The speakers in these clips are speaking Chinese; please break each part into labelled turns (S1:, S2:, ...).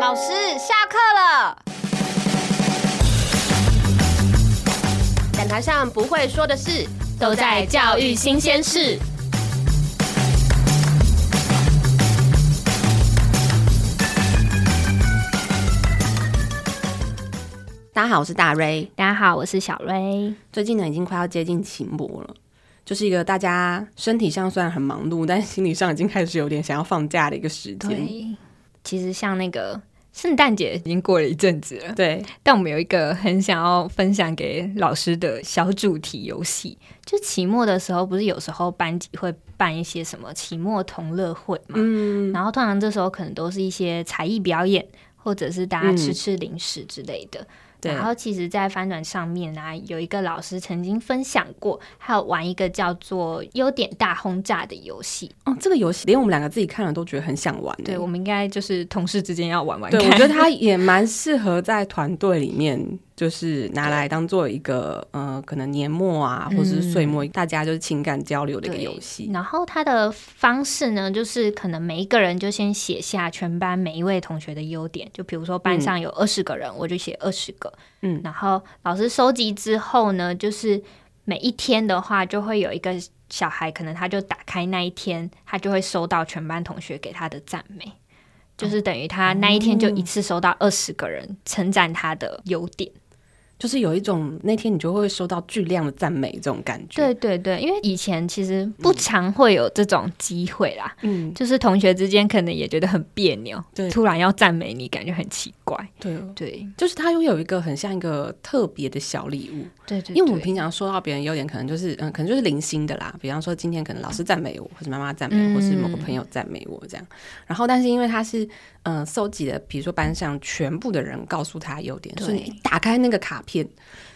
S1: 老师，下课了。
S2: 讲台上不会说的事，
S3: 都在教育新鲜事。
S2: 大家好，我是大瑞。
S3: 大家好，我是小瑞。
S2: 最近呢，已经快要接近期末了，就是一个大家身体上虽然很忙碌，但心理上已经开始有点想要放假的一个时间。，
S3: 其实像那个圣诞节已经过了一阵子了，
S2: 对，
S3: 但我们有一个很想要分享给老师的小主题游戏，就期末的时候，不是有时候班级会办一些什么期末同乐会嘛？
S2: 嗯，
S3: 然后通常这时候可能都是一些才艺表演，或者是大家
S2: 嗯
S3: 吃吃零食之类的。
S2: 对
S3: 然后其实，在翻转上面啊，有一个老师曾经分享过，还有玩一个叫做“优点大轰炸”的游戏。
S2: 哦，这个游戏连我们两个自己看了都觉得很想玩欸。
S3: 对，我们应该就是同事之间要玩玩
S2: 对，
S3: 看。
S2: 我觉得它也蛮适合在团队里面，就是拿来当做一个呃，可能年末啊，或者是岁末，大家就是情感交流的一个
S3: 对
S2: 游戏。
S3: 然后它的方式呢，就是可能每一个人就先写下全班每一位同学的优点，就比如说班上有二十个人，我就写二十个。
S2: 嗯
S3: 然后老师收集之后呢，就是每一天的话，就会有一个小孩，可能他就打开那一天，他就会收到全班同学给他的赞美。就是等于他那一天就一次收到二十个人称赞他的优点，
S2: 就是有一种那天你就会收到巨量的赞美这种感觉。，
S3: 对对对，因为以前其实不常会有这种机会啦，
S2: 嗯，
S3: 就是同学之间可能也觉得很别扭，
S2: 对
S3: 突然要赞美你，感觉很奇怪。
S2: 对，
S3: 对
S2: 就是它又有一个很像一个特别的小礼物，
S3: 对对
S2: 因为我们平常说到别人优点，可能就是嗯，可能就是零星的啦。比方说今天可能老师赞美我，或是妈妈赞美我，或是某个
S3: 嗯
S2: 朋友赞美我这样。然后，但是因为他是嗯搜集的，比如说班上全部的人告诉他优点，
S3: 对
S2: 所以你一打开那个卡片，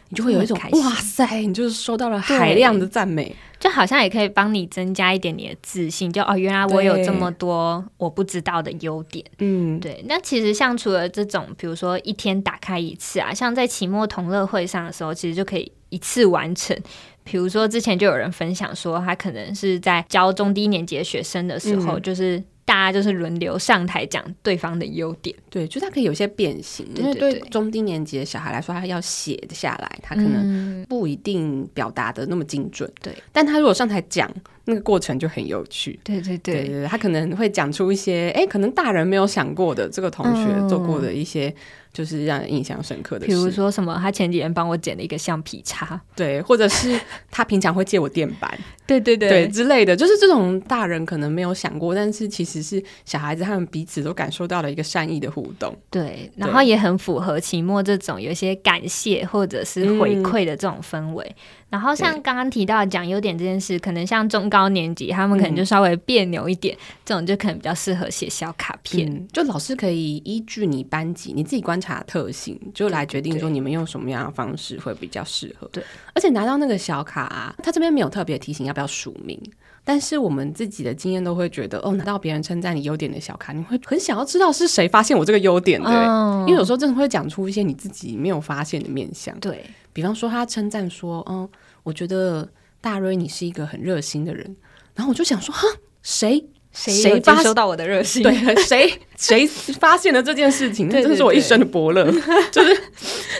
S2: 你就会有一种
S3: 就会很开心
S2: 哇塞，你就是收到了海量的赞美。
S3: 就好像也可以帮你增加一点你的自信，就哦，原来我有
S2: 对
S3: 这么多我不知道的优点。
S2: 嗯，
S3: 对，那其实像除了这种，比如说一天打开一次啊，像在期末同乐会上的时候，其实就可以一次完成。比如说之前就有人分享说，他可能是在教中低年级的学生的时候，
S2: 嗯
S3: 就是大家就是轮流上台讲对方的优点。
S2: 对，就是它可以有一些变形，
S3: 对
S2: 因
S3: 对
S2: 为对
S3: 对
S2: 中低年级的小孩来说，他要写得下来，他可能
S3: 嗯，
S2: 不一定表达的那么精准。
S3: 对，
S2: 但他如果上台讲，那个过程就很有趣。
S3: 对对对
S2: 对对对，他可能会讲出一些，哎、可能大人没有想过的，这个同学
S3: 嗯
S2: 做过的一些，就是让人印象深刻的事。
S3: 比如，说什么，他前几天帮我剪了一个橡皮擦，
S2: 对，或者是他平常会借我电 板，
S3: 对对对
S2: 对之类的，就是这种大人可能没有想过，但是其实是小孩子他们彼此都感受到了一个善意的互动。
S3: 对然后也很符合期末这种有一些感谢或者是回馈的这种氛围。然后像
S2: 嗯对
S3: 刚刚提到的讲优点这件事，可能像中高年级他们可能就
S2: 嗯
S3: 稍微别扭一点，这种就可能比较适合写小卡片。
S2: 嗯，就老师可以依据你班级你自己观察的特性，就来决定
S3: 对
S2: 说你们用什么样的方式会比较适合。
S3: 对，
S2: 而且拿到那个小卡、啊，他这边没有特别提醒要不要署名，但是我们自己的经验都会觉得，哦，拿到别人称赞你优点的小卡，你会很想要知道是谁发现我这个优点的、欸
S3: 嗯
S2: 因为有时候真的会讲出一些你自己没有发现的面相。
S3: 对
S2: 比方说他称赞说，嗯，我觉得大瑞你是一个很热心的人，然后我就想说，哈，谁？谁
S3: 有接
S2: 发
S3: 收到我的 热心？
S2: 对，谁谁发现了这件事情，那
S3: 对
S2: 真的是
S3: 对
S2: 我一
S3: 对
S2: 生的伯乐， 就是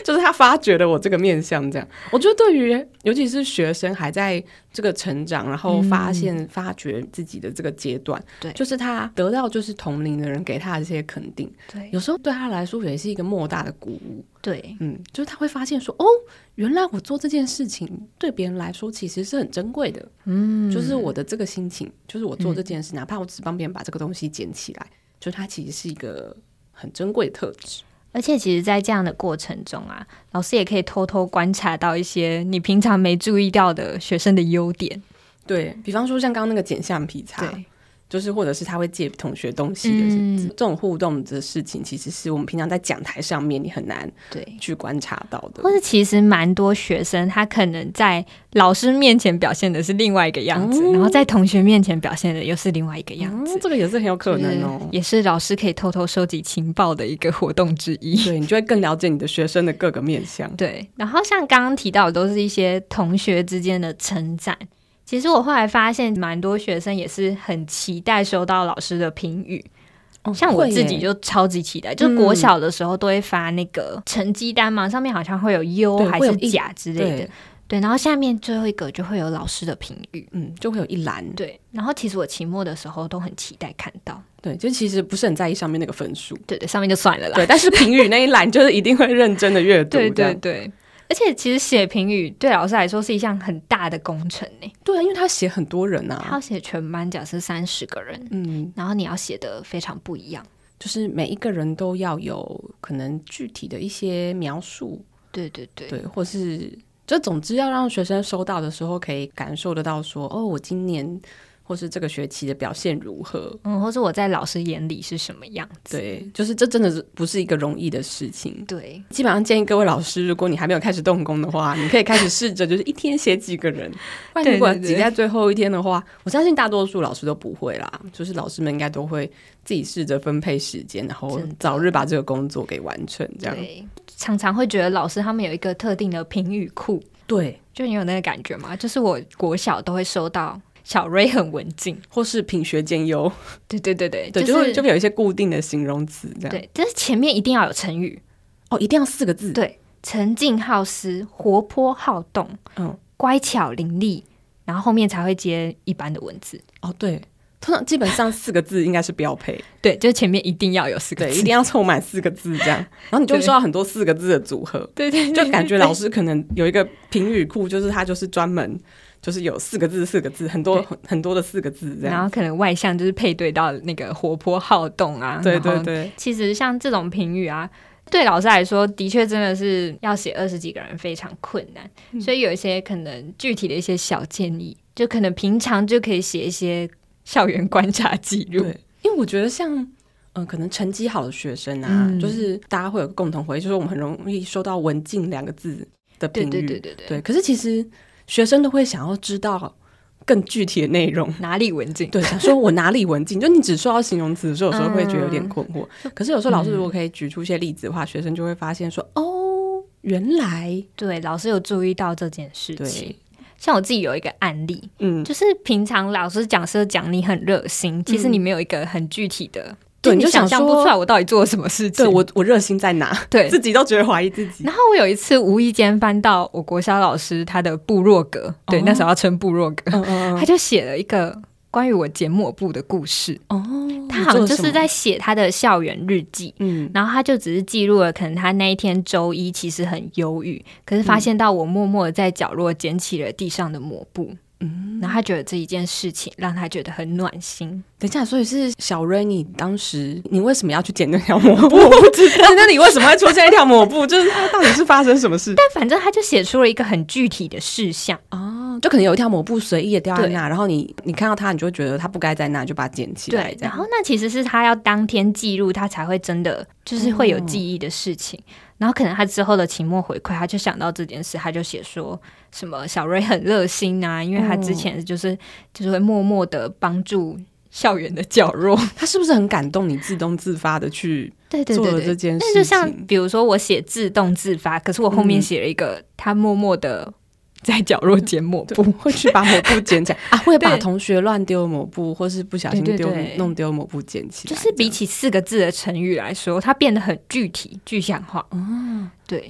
S2: 就是他发掘了我这个面相，这样。我觉得对于尤其是学生还在这个成长，然后发现、发掘自己的这个阶段，
S3: 嗯对
S2: 就是他得到就是同龄的人给他的这些肯定，
S3: 对
S2: 有时候对他来说也是一个莫大的鼓舞。
S3: 对
S2: 嗯，就是他会发现说，哦，原来我做这件事情对别人来说其实是很珍贵的。嗯，就是我的这个心情，就是我做这件事，哪怕我只帮别人把这个东西捡起来，就它其实是一个很珍贵的特质。
S3: 而且其实，在这样的过程中啊，老师也可以偷偷观察到一些你平常没注意到的学生的优点。
S2: 对比方说，像刚刚那个捡橡皮擦，
S3: 对
S2: 就是或者是他会借同学东西的事、
S3: 嗯
S2: 这种互动的事情，其实是我们平常在讲台上面你很难
S3: 对，
S2: 去观察到的
S3: 或。是其实蛮多学生，他可能在老师面前表现的是另外一个样子，
S2: 哦
S3: 然后在同学面前表现的又是另外一个样子，
S2: 嗯，这个也是很有可能哦。
S3: 就是也是老师可以偷偷收集情报的一个活动之一。
S2: 对你就会更了解你的学生的各个面相。
S3: 对，然后像刚刚提到的，都是一些同学之间的称赞。其实我后来发现，蛮多学生也是很期待收到老师的评语，
S2: 哦
S3: 像我自己
S2: 会耶嗯
S3: 就超级期待，就是国小的时候都会发那个成绩单嘛，上面好像会有优
S2: 对
S3: 还
S2: 会有
S3: 是
S2: 一
S3: 甲之类
S2: 对
S3: 的，，对，然后下面最后一个就会有老师的评语，
S2: 嗯，就会有一栏，
S3: 对，然后其实我期末的时候都很期待看到，
S2: 对，就其实不是很在意上面那个分数，
S3: 对对，上面就算了啦，
S2: 对，但是评语那一栏就是一定会认真的阅读，
S3: 对
S2: 这样
S3: 对对，而且其实写评语对老师来说是一项很大的工程呢、
S2: 对啊，因为他写很多人
S3: 他要
S2: 啊，
S3: 写全班，假设三十个人，
S2: 嗯，
S3: 然后你要写的非常不一样。
S2: 就是每一个人都要有可能具体的一些描述，
S3: 对对对，
S2: 对，或是就总之要让学生收到的时候可以感受得到说，哦，我今年或是这个学期的表现如何。
S3: 嗯，或是我在老师眼里是什么样子？
S2: 对，就是这真的是不是一个容易的事情。
S3: 对
S2: 基本上建议各位老师，如果你还没有开始动工的话，你可以开始试着就是一天写几个 人。不然
S3: 对
S2: 如果
S3: 对对
S2: 挤在最后一天的话，我相信大多数老师都不会啦，就是老师们应该都会自己试着分配时间，然后
S3: 真的
S2: 早日把这个工作给完成。这样
S3: 对，常常会觉得老师他们有一个特定的评语库，
S2: 对，
S3: 就你有那个感觉吗？就是我国小都会收到小瑞很文静，
S2: 或是品学兼优，
S3: 对对对对，
S2: 对，就
S3: 就是
S2: 会就会有一些固定的形容词这样。
S3: 对，但是前面一定要有成语，
S2: 哦，一定要四个字。
S3: 对，沉静好思、活泼好动、
S2: 嗯，
S3: 乖巧伶俐，然后后面才会接一般的文字。
S2: 哦对，通常基本上四个字应该是标配，
S3: 对，就是前面一定要有四个
S2: 对，
S3: 字
S2: 一。定要凑满四个字这样，然后你就会
S3: 对
S2: 收到很多四个字的组合。
S3: 对 对
S2: 就感觉老
S3: 师
S2: 师可能有一个评语库，就是他就是专门就是有四个字、四个字，很多很很多的四个字这
S3: 然
S2: 样。
S3: 后可能外向就是配对到那个活泼好动啊，
S2: 对
S3: 然后
S2: 对对，
S3: 其实像这种评语啊，对老师来说，的确真的是要写二十几个人非常困难，
S2: 嗯
S3: 所以有一些可能具体的一些小建议，就可能平常就可以写一些校园观察记录。
S2: 对，因为我觉得像嗯、呃可能成绩好的学生啊，
S3: 嗯
S2: 就是大家会有个共同回忆，就是我们很容易收到“文静”两个字的评
S3: 对
S2: 语，
S3: 对对对对，
S2: 对可是其实学生都会想要知道更具体的内 容。
S3: 哪里文静？
S2: 对，想说我哪里文静？就你只说到形容词的时候，有时候会觉得有点困惑。可是有时候老师如果可以举出一些例子的话，学生就会发现说：“哦，原来
S3: 对，老师有注意到这件事情
S2: 对。，
S3: 像我自己有一个案例，
S2: 嗯，
S3: 就是平常老师讲是讲你很热心，其实你没有一个很具体的，
S2: 嗯对
S3: 你
S2: 你就
S3: 想
S2: 想
S3: 象不
S2: 说
S3: 出来我到底做了什么事情。
S2: 对我我热心在哪，
S3: 对
S2: 自己都觉得怀疑自己。
S3: 然后我有一次无意间翻到我国小老师他的部落格，对，那时候要称部落格，
S2: 嗯 嗯
S3: 他就写了一个关于我节目部的故事。
S2: 嗯哦
S3: 他好像就是在写他的校园日记，
S2: 嗯
S3: 然后他就只是记录了可能他那一天周一其实很忧郁，可是发现到我默默地在角落捡起了地上的抹布，嗯，然后他觉得这一件事情让他觉得很暖心。
S2: 等一下，所以是小瑞，你当时你为什么要去捡那条抹布？ 我不知道，那你为什么会出现一条抹布？ 就是它到底是发生什么事？
S3: 但反正他就写出了一个很具体的事项，
S2: 哦，就可能有一条抹布随意的掉在
S3: 对
S2: 那，然后你你看到它，你就会觉得它不该在那，就把它捡起来。
S3: 对，
S2: 这
S3: 然
S2: 样
S3: 后那其实是他要当天记录，他才会真的就是会有记忆的事情。然后可能他之后的期末回馈，他就想到这件事，他就写说什么小瑞很热心啊，因为他之前就是、就是会默默的帮助校园的角落。
S2: 它是不是很感动你，自动自发的去
S3: 对对
S2: 做了
S3: 对
S2: 这
S3: 对。
S2: 件事情？
S3: 那就像比如说我写自动自发，可是我后面
S2: 嗯
S3: 写了一个、他默默的在角落捡抹布
S2: 对。会去把抹布捡起来啊，会把
S3: 对
S2: 同学乱丢的抹布，或是不小心
S3: 对对
S2: 丢
S3: 对
S2: 弄丢的抹布捡起来。
S3: 就是
S2: 这
S3: 比
S2: 样
S3: 起四个字的成语来说，它变得很具体、具象化。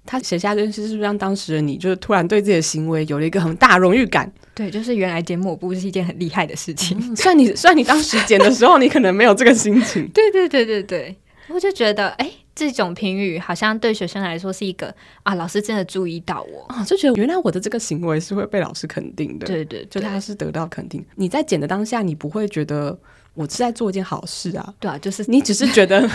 S2: 他写下这件事，是不是让当时的你就是突然对自己的行为有了一个很大荣誉感？
S3: 对，就是原来剪抹布是一件很厉害的事情。，
S2: 虽然你虽然你当时剪的时候，你可能没有这个心情
S3: 对对对对对，我就觉得，哎，这种评语好像对学生来说是一个啊，老师真的注意到我。
S2: 啊，就觉得原来我的这个行为是会被老师肯定的，，
S3: 对对对，
S2: 就他是得到肯定。你在剪的当下，你不会觉得我是在做一件好事啊，
S3: 对啊， 就是
S2: 你只是觉得， 你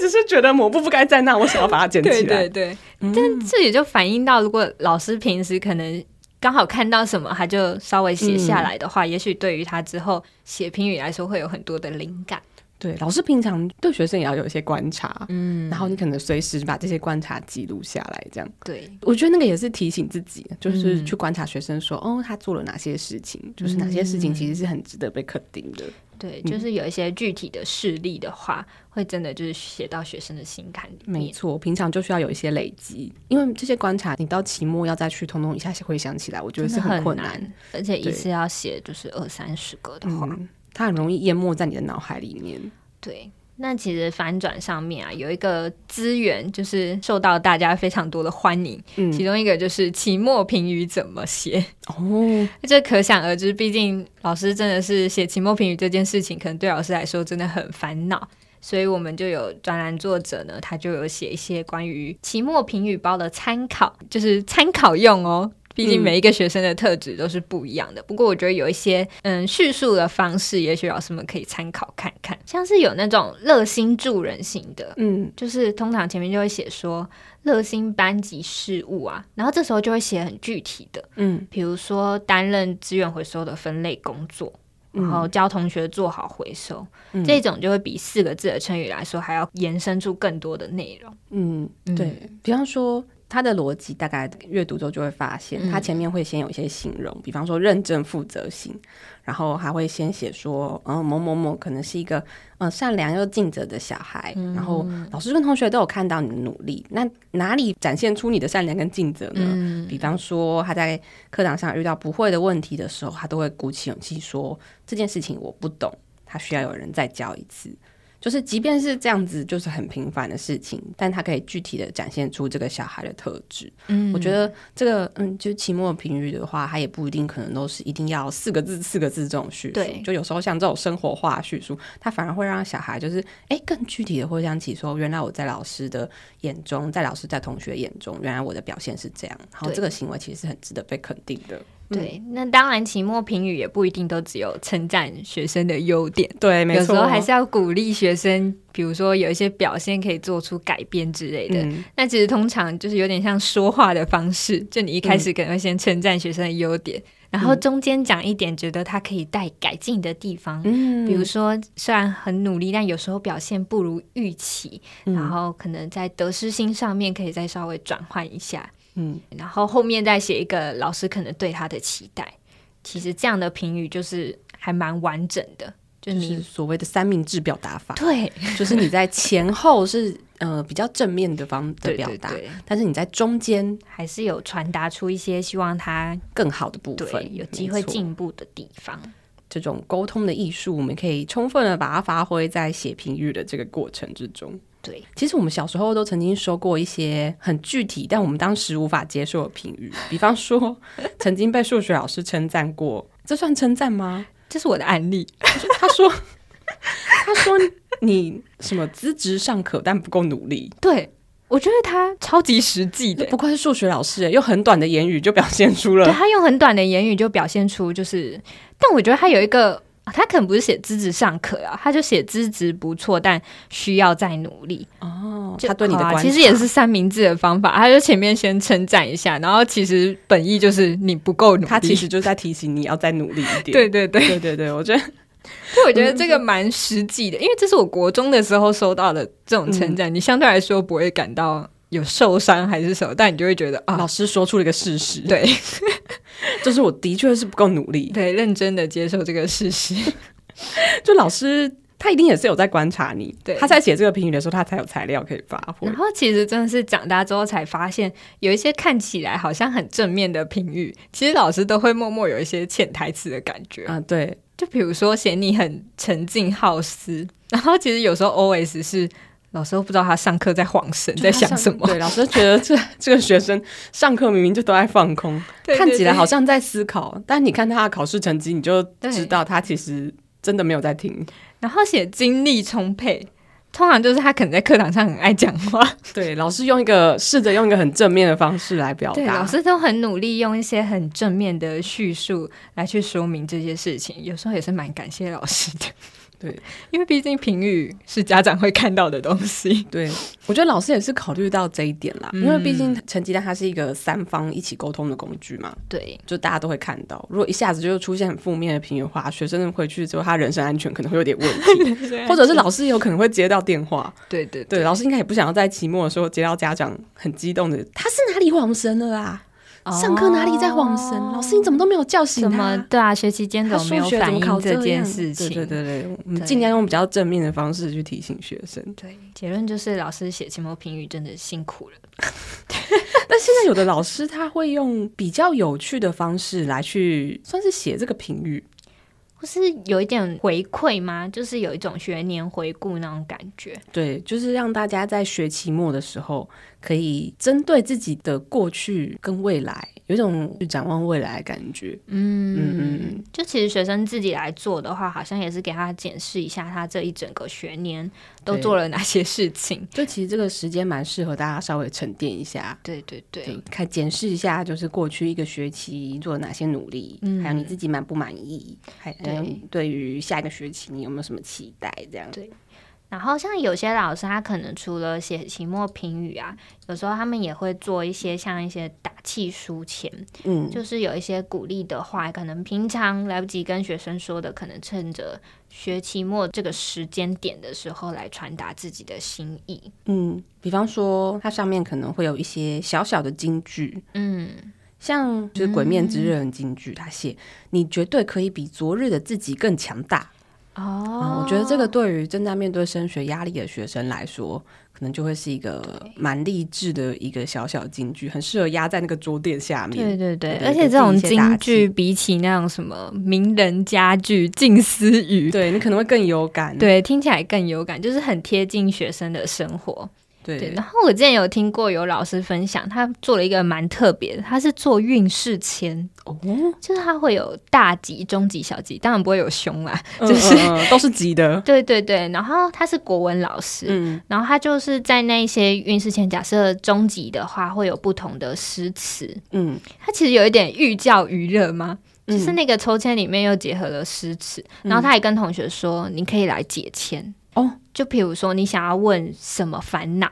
S2: 只是觉得抹布不该在那，我想要把它捡起来。
S3: 对对对，但这也就反映到，如果老师平时可能。刚好看到什么，他就稍微写下来的话，也许对于他之后写评语来说会有很多的灵感。
S2: 对老师平常对学生也要有一些观察，
S3: 嗯，
S2: 然后你可能随时把这些观察记录下来，这样。
S3: 对，
S2: 我觉得那个也是提醒自己，
S3: 嗯
S2: 就是去观察学生说，哦，他做了哪些事情，就是哪些事情
S3: 嗯
S2: 其实是很值得被肯定的。
S3: 对，就是有一些具体的事例的话，会真的就是写到学生的心坎里
S2: 没
S3: 面。
S2: 错，平常就需要有一些累积，因为这些观察你到期末要再去通通一下回想起来，我觉得
S3: 真
S2: 是
S3: 的很
S2: 困
S3: 难，啊而且一
S2: 对嗯
S3: 次要写就是二三十个的话，
S2: 嗯，它很容易淹没在你的脑海里面。
S3: 对，那其实反转上面啊，有一个资源就是受到大家非常多的欢迎，
S2: 嗯
S3: 其中一个就是期末评语怎么写，
S2: 哦，
S3: 这可想而知，毕竟老师真的是写期末评语这件事情，可能对老师来说真的很烦恼。所以我们就有专栏作者呢，他就有写一些关于期末评语包的参考，就是参考用哦。毕竟
S2: 嗯
S3: 每一个学生的特质都是不一样的，不过我觉得有一些嗯叙述的方式，也许老师们可以参考看看，像是有那种热心助人型的，
S2: 嗯，
S3: 就是通常前面就会写说热心班级事务啊，然后这时候就会写很具体的，
S2: 嗯，
S3: 比如说担任资源回收的分类工作，然后教同学做好回收，
S2: 嗯
S3: 这种就会比四个字的成语来说还要延伸出更多的内容。
S2: 嗯，
S3: 嗯
S2: 对，比方说它的逻辑，大概阅读之后就会发现，它前面会先有一些形容，比方说认真负责型，然后还会先写说，嗯，某某某可能是一个嗯善良又尽责的小孩，然后老师跟同学都有看到你的努力，那哪里展现出你的善良跟尽责呢？
S3: 嗯
S2: 比方说他在课堂上遇到不会的问题的时候，他都会鼓起勇气说这件事情我不懂，他需要有人再教一次。就是即便是这样子，就是很平凡的事情，但他可以具体的展现出这个小孩的特质。
S3: 嗯
S2: 我觉得这个，嗯，就是期末评语的话，它也不一定可能都是一定要四个字、四个字这种叙述
S3: 对。
S2: 就有时候像这种生活化的叙述，它反而会让小孩就是，哎、更具体的回想起说，原来我在老师的眼中，在老师在同学眼中，原来我的表现是这样。然后
S3: 对
S2: 这个行为其实是很值得被肯定的。
S3: 对，那当然期末评语也不一定都只有称赞学生的优点。
S2: 对，没
S3: 有时
S2: 错，
S3: 候还是要鼓励学生，比如说有一些表现可以做出改变之类的。
S2: 嗯
S3: 那其实通常就是有点像说话的方式，就你一开
S2: 嗯
S3: 始可能会先称赞学生的优点，然后中间讲一点觉得他可以带改进的地方。
S2: 嗯
S3: 比如说，虽然很努力，但有时候表现不如预期，然后可能在得失心上面可以再稍微转换一下，
S2: 嗯，
S3: 然后后面再写一个老师可能对他的期待。其实这样的评语就是还蛮完整的，就
S2: 就是
S3: 嗯你、
S2: 是所谓的三明治表达法。
S3: 对
S2: 就是你在前后是呃比较正面的方的
S3: 对
S2: 表
S3: 对
S2: 达，
S3: 对
S2: 但是你在中间
S3: 还是有传达出一些希望他
S2: 更好的部
S3: 对
S2: 分，
S3: 有机会
S2: 没错
S3: 进步的地方。
S2: 这种沟通的艺术，我们可以充分的把它发挥在写评语的这个过程之中。
S3: 对，
S2: 其实我们小时候都曾经收过一些很具体，但我们当时无法接受的评语，比方说曾经被数学老师称赞过，这算称赞吗？
S3: 这是我的案例。
S2: 他说，他说你什么资质尚可，但不够努力。
S3: 对，我觉得他超级实际的
S2: 这，不愧是数学老师耶，用很短的言语就表现出了
S3: 对他用很短的言语就表现出就是，但我觉得他有一个，啊他可能不是写资质尚可啊，他就写资质不错，但需要再努力。
S2: 哦，
S3: 就
S2: 他对你的
S3: 好
S2: 观
S3: 啊
S2: 察、
S3: 其实也是三明治的方法，他就前面先称赞一下，然后其实本意就是你不够努力。
S2: 他其实就是在提醒你要再努力一点。
S3: 对对对，
S2: 对对对，我觉得
S3: 所以我觉得这个蛮实际的，因为这是我国中的时候收到的这种称
S2: 嗯
S3: 赞，你相对来说不会感到有受伤还是什么，但你就会觉得啊
S2: 老，师说出了一个事实，，
S3: 对
S2: 就是我的确是不够努力。
S3: 对，认真的接受这个事实。
S2: 就老师他一定也是有在观察你，
S3: 对嗯
S2: 他在写这个评语的时候，他才有材料可以发挥
S3: 然。后其实真的是长大之后才发现，有一些看起来好像很正面的评语，其实老师都会默默有一些潜台词的感觉。
S2: 啊，对，
S3: 就比如说嫌你很沉静好思，然后其实有时候 always 是老师都不知道他上课在晃神，在想什么，
S2: 对，老师觉得这 这个学生上课明明就都在放空，
S3: 对对
S2: 看起来
S3: 对
S2: 好像在思考，但你看他的考试成绩，你就知
S3: 对
S2: 道他其实真的没有在听。
S3: 然后写精力充沛，通常就是他可能在课堂上很爱讲话，
S2: 对，老师用一个试着用一个很正面的方式来表
S3: 对，
S2: 达，
S3: 老师都很努力用一些很正面的叙述来去说明这些事情，有时候也是蛮感谢老师的，
S2: 对，
S3: 因为毕竟评语是家长会看到的东西，
S2: 对，我觉得老师也是考虑到这一点啦，因为毕竟
S3: 嗯
S2: 成绩单它是一个三方一起沟通的工具嘛，
S3: 对，
S2: 就大家都会看到。如果一下子就出现很负面的评语的话，学生回去之后他人身安全可能会有点 问题，或者是老师也有可能会接到电话。
S3: 对对啊对，
S2: 对，老师应该也不想要在期末的时候接到家长很激动的，他是哪里晃神了啊？上课哪里在晃神？老师你怎么都没有叫醒
S3: 怎
S2: 他
S3: 哦么？对啊？学期间
S2: 他
S3: 怎么没
S2: 数
S3: 有
S2: 学怎
S3: 反
S2: 么考
S3: 映
S2: 这
S3: 件
S2: 样
S3: 事情？
S2: 对对对对，我
S3: 对
S2: 们尽量用比较正面的方式去提醒学生。
S3: 对结论就是老师写期末评语真的辛苦了。
S2: 但现在有的老师他会用比较有趣的方式来去算是写这个评语，
S3: 或是有一点回馈吗？就是有一种学年回顾那种感觉。
S2: 对，就是让大家在学期末的时候，可以针对自己的过去跟未来，有一种去展望未来的感觉。嗯嗯
S3: 就其实学生自己来做的话，好像也是给他检视一下他这一整个学年都
S2: 对
S3: 做了哪些事情。
S2: 就其实这个时间蛮适合大家稍微沉淀一下，
S3: 对对对，
S2: 就看检视一下，就是过去一个学期做了哪些努力，
S3: 嗯
S2: 还有你自己满不满意，还
S3: 对
S2: 有你对于下一个学期你有没有什么期待？这样
S3: 对然后像有些老师，他可能除了写期末评语啊，有时候他们也会做一些像一些打气书签，
S2: 嗯，
S3: 就是有一些鼓励的话，可能平常来不及跟学生说的，可能趁着学期末这个时间点的时候来传达自己的心意。
S2: 嗯，比方说它上面可能会有一些小小的金句，
S3: 嗯，
S2: 像就是《鬼面之刃》金句，他写：“你绝对可以比昨日的自己更强大。啊，
S3: 哦
S2: 我觉得这个对于正在面对升学压力的学生来说，可能就会是一个蛮励志的一个小小金句，很适合压在那个桌垫下面。
S3: 对对对，
S2: 对
S3: 而且
S2: 给
S3: 这
S2: 自己
S3: 种
S2: 一些打
S3: 京剧
S2: 气
S3: 比起那种什么名人佳 句、近思语，
S2: 对你可能会更有感。
S3: 对，听起来更有感，就是很贴近学生的生活。
S2: 对
S3: 对，然后我之前有听过有老师分享，他做了一个蛮特别的，他是做运势签，
S2: 哦，
S3: 就是他会有大吉、中吉、小吉，当然不会有凶啦。
S2: 就
S3: 就是
S2: 是、嗯嗯都是 急的。
S3: 对对对，然后他是国文老师，
S2: 嗯，
S3: 然后他就是在那一些运势签，假设中吉的话会有不同的诗词，
S2: 嗯，
S3: 他其实有一点寓教于乐吗？
S2: 嗯
S3: 就是那个抽签里面又结合了诗词，然后他也跟同学说，你可以来解签
S2: 哦。
S3: 就比如说你想要问什么烦恼，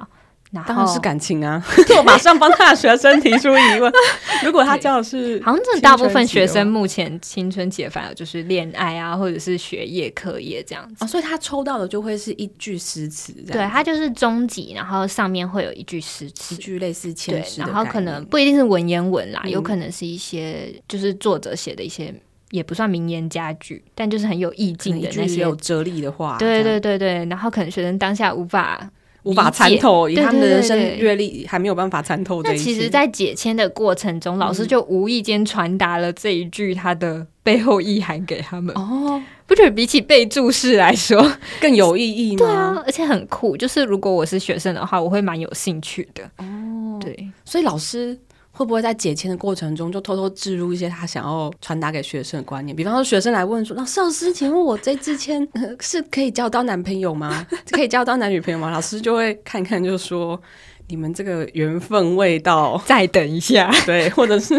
S3: 然后
S2: 当然是感情啊！ 我马上帮他的学生提出疑问。 如果他教的是，
S3: 好像真的大部分学生
S2: 哦
S3: 目前青春期的烦恼就是恋爱啊，或者是学业、课业这样子。
S2: 哦，所以他抽到的就会是一句诗词，这
S3: 对，
S2: 样
S3: 它就是终极，然后上面会有一句诗
S2: 一
S3: 词。
S2: 句类似前
S3: 对，
S2: 诗的
S3: 然后
S2: 概
S3: 可
S2: 念
S3: 能不一定是文言文啦，
S2: 嗯
S3: 有可能是一些就是作者写的一些，也不算名言佳句，但就是很有意
S2: 可能
S3: 境
S2: 一
S3: 的
S2: 句
S3: 那些
S2: 有哲理的话，
S3: 对
S2: 这样
S3: 对对对，然后可能学生当下无法。
S2: 无法参透，以
S3: 对
S2: 他们的
S3: 对对
S2: 人生
S3: 对
S2: 阅历还没有办法参透这
S3: 那
S2: 一切。嗯
S3: 其实，在解签的过程中，老师就无意间传达了这一句他的背后意涵给他们。
S2: 哦
S3: 不觉得比起背注释来说，
S2: 更有意义吗？
S3: 对啊，而且很酷。就是如果我是学生的话，我会蛮有兴趣的。哦，对，
S2: 所以老师。会不会在解签的过程中就偷偷置入一些他想要传达给学生的观念？比方说，学生来问说：“老师，老师，请问我这支签呃是可以交到男朋友吗？ 可以交到男女朋友吗？”老师就会看看，就说：“你们这个缘分未到，
S3: 再等一下。
S2: 对，或者是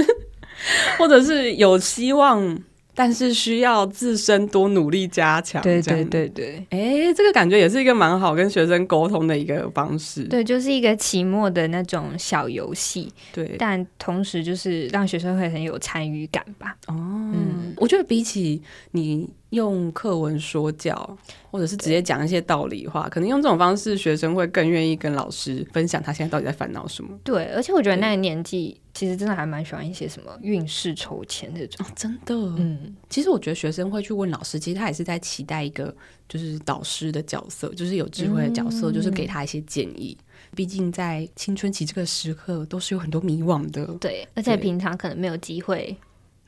S2: 或者是有希望，但是需要自身多努力加强。
S3: 对
S2: 这样
S3: 对。对对
S2: 哎、这个感觉也是一个蛮好跟学生沟通的一个方式。
S3: 对，就是一个期末的那种小游戏，
S2: 对，
S3: 但同时就是让学生会很有参与感吧。
S2: 嗯，我觉得比起你用课文说教，或者是直接讲一些道理话，可能用这种方式，学生会更愿意跟老师分享他现在到底在烦恼什么。
S3: 对，而且我觉得那个年纪其实真的还蛮喜欢一些什么运势抽签这种。
S2: 真的，
S3: 嗯，
S2: 其实我觉得学生会去问老师，其实他也是在期待一个就是导师的角色，就是有智慧的角色，就是给他一些建议。毕竟在青春期这个时刻，都是有很多迷惘的。
S3: 对，而且
S2: 对
S3: 平常可能没有机会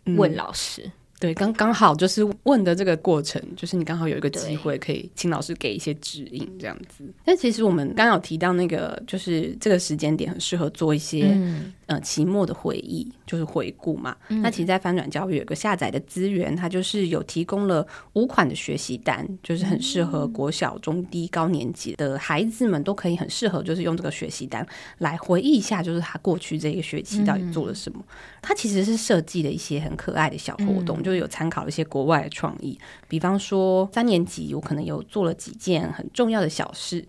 S2: 嗯
S3: 问老师。
S2: 对，刚刚好就是问的这个过程，就是你刚好有一个机会可以请老师给一些指引，这样子。嗯但其实我们刚刚有提到那个，就是这个时间点很适合做一些、
S3: 嗯，
S2: 呃期末的回忆，就是回顾嘛。
S3: 嗯
S2: 那其实，在翻转教育有一个下载的资源，它就是有提供了五款的学习单，就是很适合国小、中、低、高年级的孩子们都可以很适合，就是用这个学习单来回忆一下，就是他过去这一个学期到底做了什么。它其实是设计了一些很可爱的小活动，就是有参考一些国外的创意，比方说三年级我可能有做了几件很重要的小事。
S3: 嗯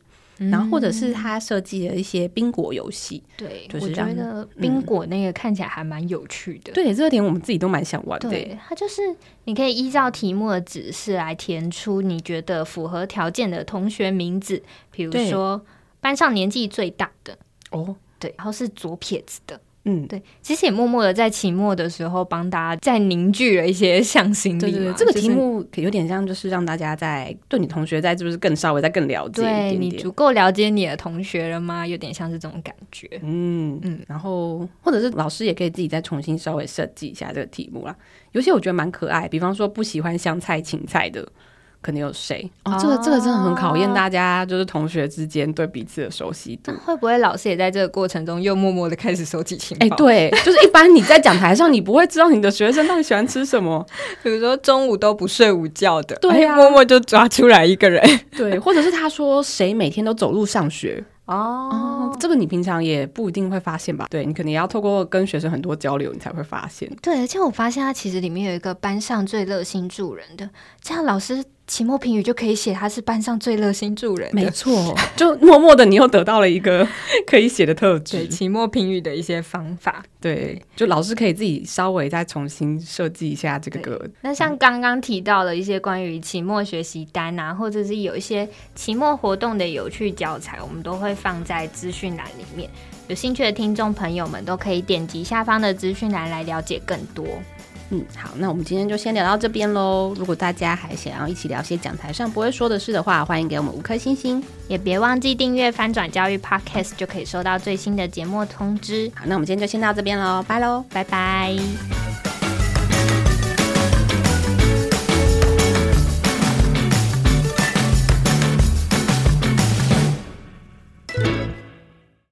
S2: 然后，或者是他设计了一些宾果游戏，
S3: 对，
S2: 就是
S3: 我觉
S2: 让嗯
S3: 得冰果那个看起来还蛮有趣的。
S2: 对，这个点我们自己都蛮想玩的。欸
S3: 对，它就是你可以依照题目的指示来填出你觉得符合条件的同学名字，比如
S2: 对
S3: 说班上年纪最大的，
S2: 哦，
S3: 对，然后是左撇子的，
S2: 嗯，
S3: 对，其实也默默的在期末的时候帮大家再凝聚了一些向心力嘛。
S2: 对对对，这个
S3: 就是
S2: 题目有点像，就是让大家在对你同学在就是更稍微再更了解
S3: 对
S2: 一点
S3: 你
S2: 点。
S3: 足够了解你的同学了吗？有点像是这种感觉。
S2: 嗯嗯，然后或者是老师也可以自己再重新稍微设计一下这个题目啦。有些我觉得蛮可爱，比方说不喜欢香菜、芹菜的，可能有谁？哦，这个这个真的很考验大家，就是同学之间对彼此的熟悉度
S3: 那。会不会老师也在这个过程中又默默的开始收集情报？
S2: 哎、，对，就是一般你在讲台上，你不会知道你的学生到底喜欢吃什么，
S3: 比如说中午都不睡午觉的，
S2: 对啊
S3: 哎默默就抓出来一个人。
S2: 对，或者是他说谁每天都走路上学，
S3: 哦，
S2: 这个你平常也不一定会发现吧？对你可能也要透过跟学生很多交流，你才会发现。
S3: 对，而且我发现他其实里面有一个班上最热心助人的，这样老师期末评语就可以写他是班上最热心助人的。
S2: 错， 就默默的你又得到了一个可以写的特质
S3: 对，。期末评语的一些方法。
S2: 对，就老师可以自己稍微再重新设计一下这个格。
S3: 那像刚刚提到了一些关于期末学习单啊，或者是有一些期末活动的有趣教材，我们都会放在资讯栏里面。有兴趣的听众朋友们都可以点击下方的资讯栏来了解更多。
S2: 嗯，好，那我们今天就先聊到这边喽。如果大家还想要一起聊些讲台上不会说的事的话，欢迎给我们五颗星星。
S3: 也别忘记订阅翻转教育 Podcast，就可以收到最新的节目通知。
S2: 好，那我们今天就先到这边喽，拜喽。
S3: 拜拜。